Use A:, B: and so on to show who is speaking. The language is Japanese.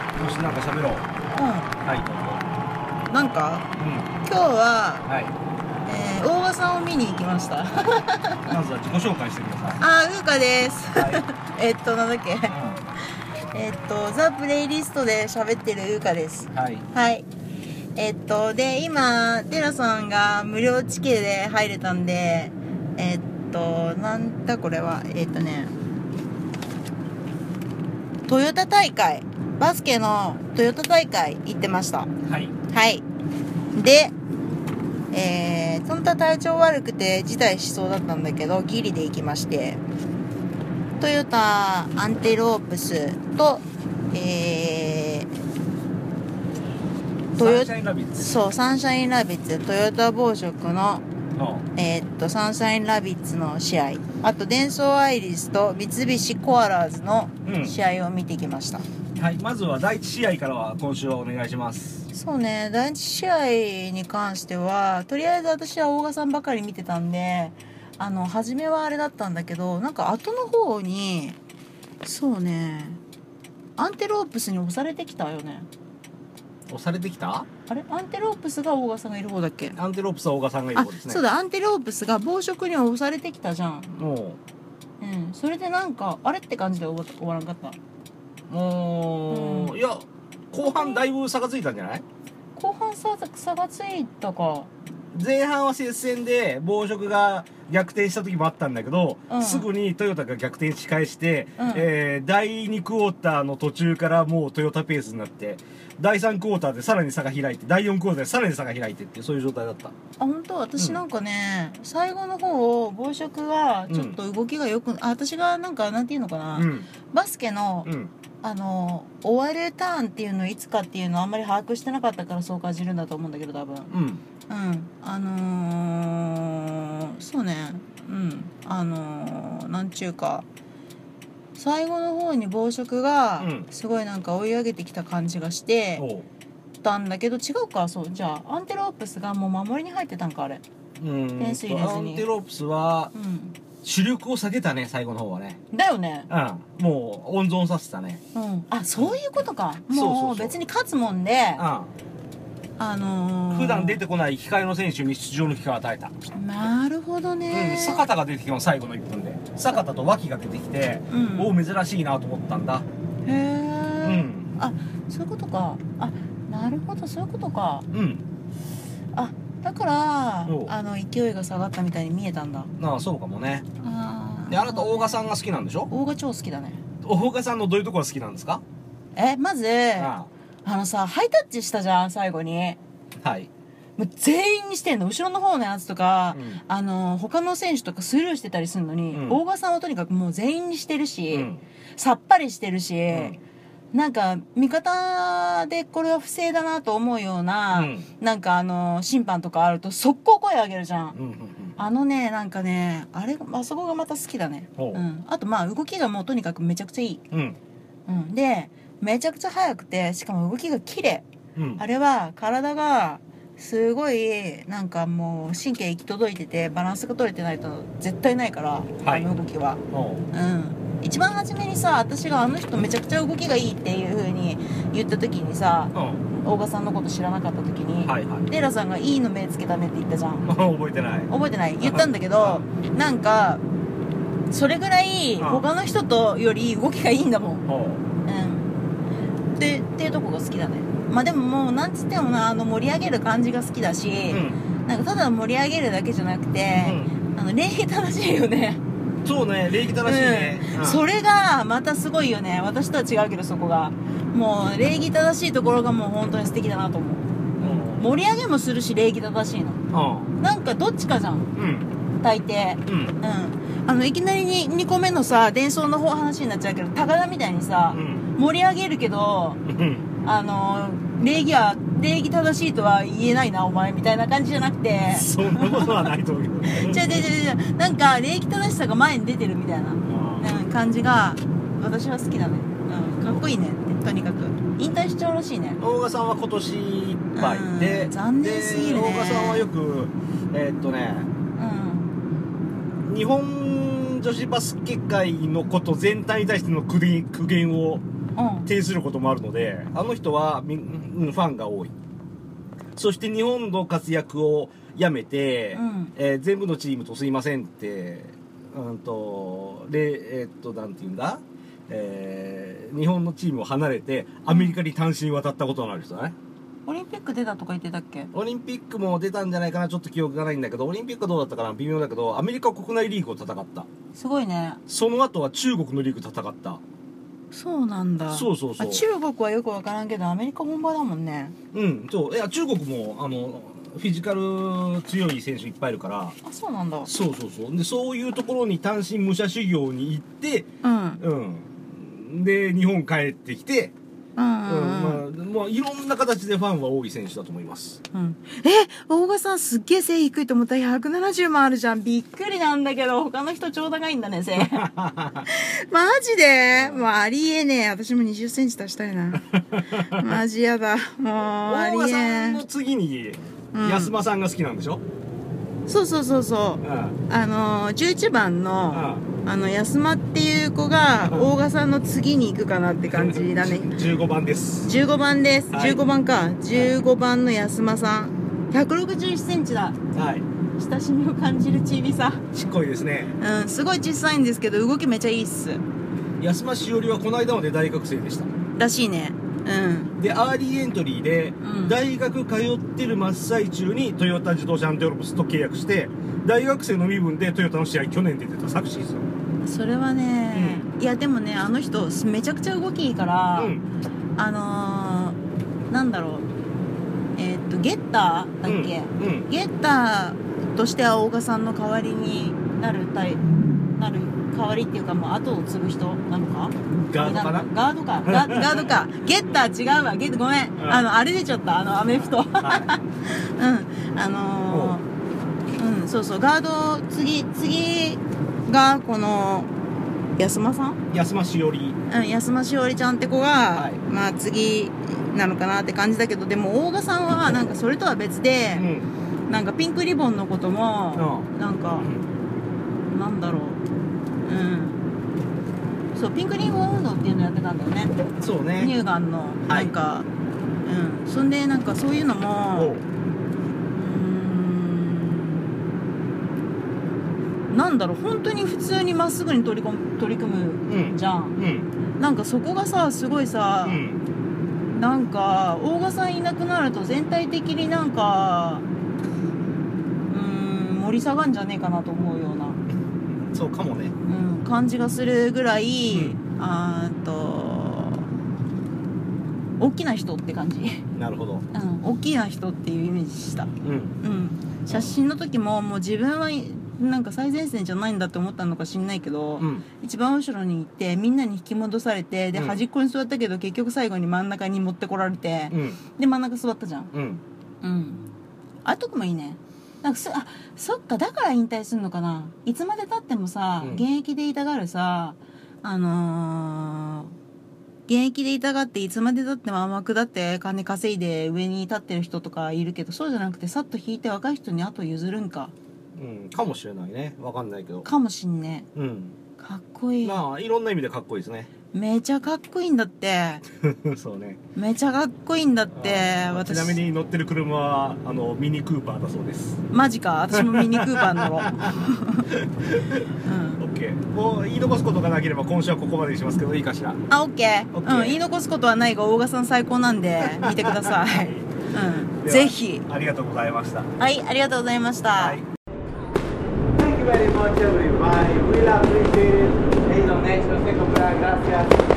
A: ろうは
B: う
A: いど
B: んなんか
A: うぞうん
B: 今日は、
A: はい
B: えー、大場さんを見に行きま したあ
A: まずは自己紹介してくださ
B: ーうーかです
A: いはい、
B: えっとなんだっけ
A: う
B: えっとザ・プレイリストで喋ってるうーかです
A: ん、はい
B: はいえっとで今テラさんが無料チケで入れたんでえっとなんだこれはえっとねトヨタ大会バスケのトヨタ大会行ってました
A: はい
B: はい。で、えー、そんな体調悪くて辞退しそうだったんだけど、ギリで行きまして、トヨタアンテロープスと、えー、ト
A: サ
B: ヨ
A: ンシャインラビッツ
B: そう、サンシャインラビッツ、トヨタ暴食の、
A: の
B: えーっと、サンシャインラビッツの試合、あと、デンソーアイリスと三菱コアラーズの
A: うん
B: 試合を見てきました。
A: はいまずは第一試合からは今週はお願いします
B: そうね第一試合に関してはとりあえず私は大賀さんばかり見てたんであの初めはあれだったんだけどなんか後の方にそうねアンテロープスに押されてきたよね
A: 押されてきた
B: あれアンテロープスが大賀さんがいる方だっけ
A: アンテロープスは大賀さんがいる
B: あ
A: 方ですね
B: そうだアンテロープスが暴食に押されてきたじゃん
A: も
B: うんそれでなんかあれって感じで終わ終わらんかった
A: うもう、
B: うん
A: いや後半だいぶ差がついたんじゃない
B: 後半さ差がついたか
A: 前半は接戦で暴食が逆転した時もあったんだけど、
B: うん
A: すぐにトヨタが逆転し返して、
B: うん
A: えー第2クォーターの途中からもうトヨタペースになって第3クォーターでさらに差が開いて第4クォーターでさらに差が開いてっていうそういう状態だった
B: あ本当私なんかね、最後の方暴食がちょっと動きがよく、あ私がなんかなんていうのかな、
A: うん
B: バスケの、
A: うん
B: あの終わるターンっていうのいつかっていうのをあんまり把握してなかったからそう感じるんだと思うんだけど多分
A: うん
B: うんあのー、そうねうんあのー、なんちゅうか最後の方に暴食が
A: うん
B: すごいなんか追い上げてきた感じがして
A: おう
B: たんだけど違うかそうじゃあアンテロープスがもう守りに入ってたんかあれ
A: うん
B: 点数入れずに
A: アンテロープスは
B: うん
A: 主力を下げたね最後の方はね
B: だよね
A: うんもう温存させたね
B: うん、あそういうことか
A: そうそうそう
B: もう別に勝つもんで
A: う
B: あの
A: ん
B: ー、
A: 普段出てこない控えの選手に出場の機会を与えた
B: なるほど
A: う
B: ね
A: ん、、坂田が出てきたの最後の1分で坂田と脇が出てきて、
B: うん
A: おお珍しいなと思ったんだう
B: へえ、
A: ん
B: そういうことかあなるほどそういうことか
A: うん
B: だから
A: おう
B: あの勢いが下がったみたいに見えたんだ
A: ああそうかもね
B: あー
A: であなた大賀さんが好きなんでしょ
B: 大賀超好きだね
A: 大賀さんのどういうとこが好きなんですか
B: えまずあ
A: あ
B: のさハイタッチしたじゃん最後に
A: あはい、
B: もう全員にしてんの後ろの方のやつとか、
A: うん
B: あの他の選手とかスルーしてたりするのに、
A: うん
B: 大賀さんはとにかくもう全員にしてるし、
A: うん
B: さっぱりしてるし、
A: うん
B: なんか味方でこれは不正だなと思うような、
A: うん
B: なんかあの審判とかあると速攻声上げるじゃん、
A: うんうんうん
B: あのねなんかねあれあそこがまた好きだね
A: ほう
B: うん、あとまあ動きがもうとにかくめちゃくちゃいい、
A: うん
B: うん、でめちゃくちゃ速くてしかも動きが綺麗
A: うん
B: あれは体がすごいなんかもう神経行き届いててバランスが取れてないと絶対ないから、
A: はい
B: あの動きは
A: ほ
B: うん、一番初めにさ私があの人めちゃくちゃ動きがいいっていう風に言った時にさ
A: ううん
B: 大賀さんのこと知らなかった時に、
A: はいはい
B: テイラさんが「いいの目つけたね」って言ったじゃん
A: まあ覚えてない
B: 覚えてない言ったんだけどなんかそれぐらい
A: うん
B: 他の人とより動きがいいんだもん
A: ほ
B: うんでっていうとこが好きだねまあでももうなんつってもなあの盛り上げる感じが好きだし、
A: ううん
B: なんかただ盛り上げるだけじゃなくて、あの礼儀正しいよね
A: うんそうね礼儀正しいね、
B: うん
A: うん
B: それがまたすごいよね私とは違うけどそこがもう礼儀正しいところがもう本当に素敵だなと思う
A: うん
B: 盛り上げもするし礼儀正しいのなんかどっちかじゃん
A: うん
B: 大抵
A: うん
B: うんあのいきなりに2個目のさ伝送の方話になっちゃうけど高田みたいにさ、
A: うん
B: 盛り上げるけど
A: うん
B: あの礼儀は礼儀正しいとは言えないなお前みたいな感じじゃなくて
A: そんなことはないと思うけど
B: 違う違う違う違うなんか礼儀正しさが前に出てるみたいな
A: うん
B: うん、感じが私は好きだね、うん、かっこいいねとにかく引退しちゃうらしいね
A: 大賀さんは今年いっぱいで、
B: うん残念すぎるね
A: で大賀さんはよくえーっとね
B: うん
A: 日本女子バスケ界のこと全体に対しての苦言苦言を
B: うん
A: 呈することもあるので、あの人はみうんファンが多い。そして日本の活躍をやめて、
B: うん
A: えー全部のチームとすいませんって、うんと、れえーっと、なんて言うんだえー日本のチームを離れて、アメリカに単身渡ったことのある人だね。
B: オリンピック出たとか言ってたっけ
A: オリンピックも出たんじゃないかな、ちょっと記憶がないんだけど、オリンピックはどうだったかな、微妙だけど、アメリカ国内リーグを戦った。
B: すごいね
A: その後は中国のリーグ戦った。
B: そうなんだ
A: そうそうそう
B: あ中国はよくわからんけどアメリカ本場だもんね
A: うん、そう。いや、中国も、あの、フィジカル強い選手いっぱいいるから、
B: あそうなんだ
A: そうそうそう。で、そういうところに単身武者修行に行って、
B: うんうん
A: うん。で、日本帰ってきて、
B: う
A: うん
B: んうん、
A: まあ、まあ、いろんな形でファンは多い選手だと思います。
B: うん、え大賀さんすっげえ背低いと思ったら170もあるじゃんびっくりなんだけど他の人超高いんだ ね背マジでもうありえねえ私も2 0センチ足したいなマジやだもうあ
A: 大
B: り
A: 賀
B: え
A: さん
B: ん
A: の次に、
B: うん
A: 安間さんが好きなんでしょ。
B: そうそうそうそううん
A: うん。
B: あのー11番の、あの安間っていう子が
A: うん
B: 大賀さんの次に行くかなって感じだね
A: 15番です。
B: 15番です、
A: はい
B: 15番か15番の安間さん1 6 1センチだ
A: はい。
B: 親しみを感じるチビさ
A: しっこいですね。
B: うんすごい小さいんですけど動きめちゃいいっす
A: 安間しおりはこの間まで大学生でした。
B: らしいねうん
A: で、アーリーエントリーで、
B: うん
A: 大学通ってる真っ最中にトヨタ自動車アンテロプスと契約して、大学生の身分でトヨタの試合去年出てた昨シーズン。
B: それはね、いやでもねあの人めちゃくちゃ動きいいから、
A: うん。
B: あのー、なんだろうえーっとゲッターだっけ、
A: うん。うん
B: ゲッターとしては大賀さんの代わりになるタイなる代わりっていうかもう後を継ぐ人なのか
A: ガードかな
B: ガードかガガード かゲッター違うわゲッターごめん、
A: ん
B: あのあれ出ちゃったあのアメフトうん
A: は
B: あのー、うんそうそうガード次次がこの安間さん、
A: い。安間しお り。
B: うん、安間しおりちゃんって子が、
A: い
B: まあ次なのかなって感じだけどでも大賀さんはなんかそれとは別で、
A: うん。
B: なんかピンクリボンのことも、なんかなんだろううんそうピンクリボン運動っていうのやってたんだよね
A: そうね。
B: 乳がんの
A: は
B: ないんか、うんそんでなんかそういうの
A: おう
B: もうーんなんだろう本当に普通にまっすぐに取り込む取り組む
A: うん。
B: じゃん
A: うん。
B: なんかそこがさすごいさ
A: う、ん。
B: なんか大賀さんいなくなると全体的になんかうーん盛り下がんじゃねえかなと思うような、
A: そうかもね。
B: うん、感じがするぐらい、
A: う
B: あーっと大きな人って感じ、
A: なるほど。
B: うん、大きな人っていうイメージした、
A: うん。
B: うん、写真の時ももう自分はいなんか最前線じゃないんだって思ったのか知んないけど、
A: うん。
B: 一番後ろに行ってみんなに引き戻されてで、
A: うん
B: 端っこに座ったけど結局最後に真ん中に持ってこられて、
A: うん。
B: で真ん中座ったじゃん
A: うん。
B: うんああいうとこもいいねなんかすあそっかだから引退するのかないつまでたってもさ、
A: うん
B: 現役でいたがるさあのー現役でいたがっていつまでたっても甘くだって金稼いで上に立ってる人とかいるけどそうじゃなくてさっと引いて若い人に後譲るんか
A: うん。かもしれないね。わかんないけど。
B: かもしんね
A: うん。
B: えかっこいい、
A: まあ、いろんな意味でかっこいいですね。
B: めちゃかっこいいんだって
A: そうね。
B: めちゃかっこいいんだって
A: あーち
B: 私
A: なみに乗ってる車はあのミニクーパーだそうです
B: マジか私もミニクーパー乗ろう、 うん、
A: OK もう言い残すことがなければ今週はここまでにしますけどいいかしら
B: あ、オッケー。
A: オッケー
B: うん、言い残すことはないが、大賀さん最高なんで、見てください。うん、
A: では
B: ぜひ。
A: ありがとうございました
B: はい、ありがとうございました。
A: はい
C: Thank you very much, everybody. We appreciate it. Hey, donation, te comprar, gracias.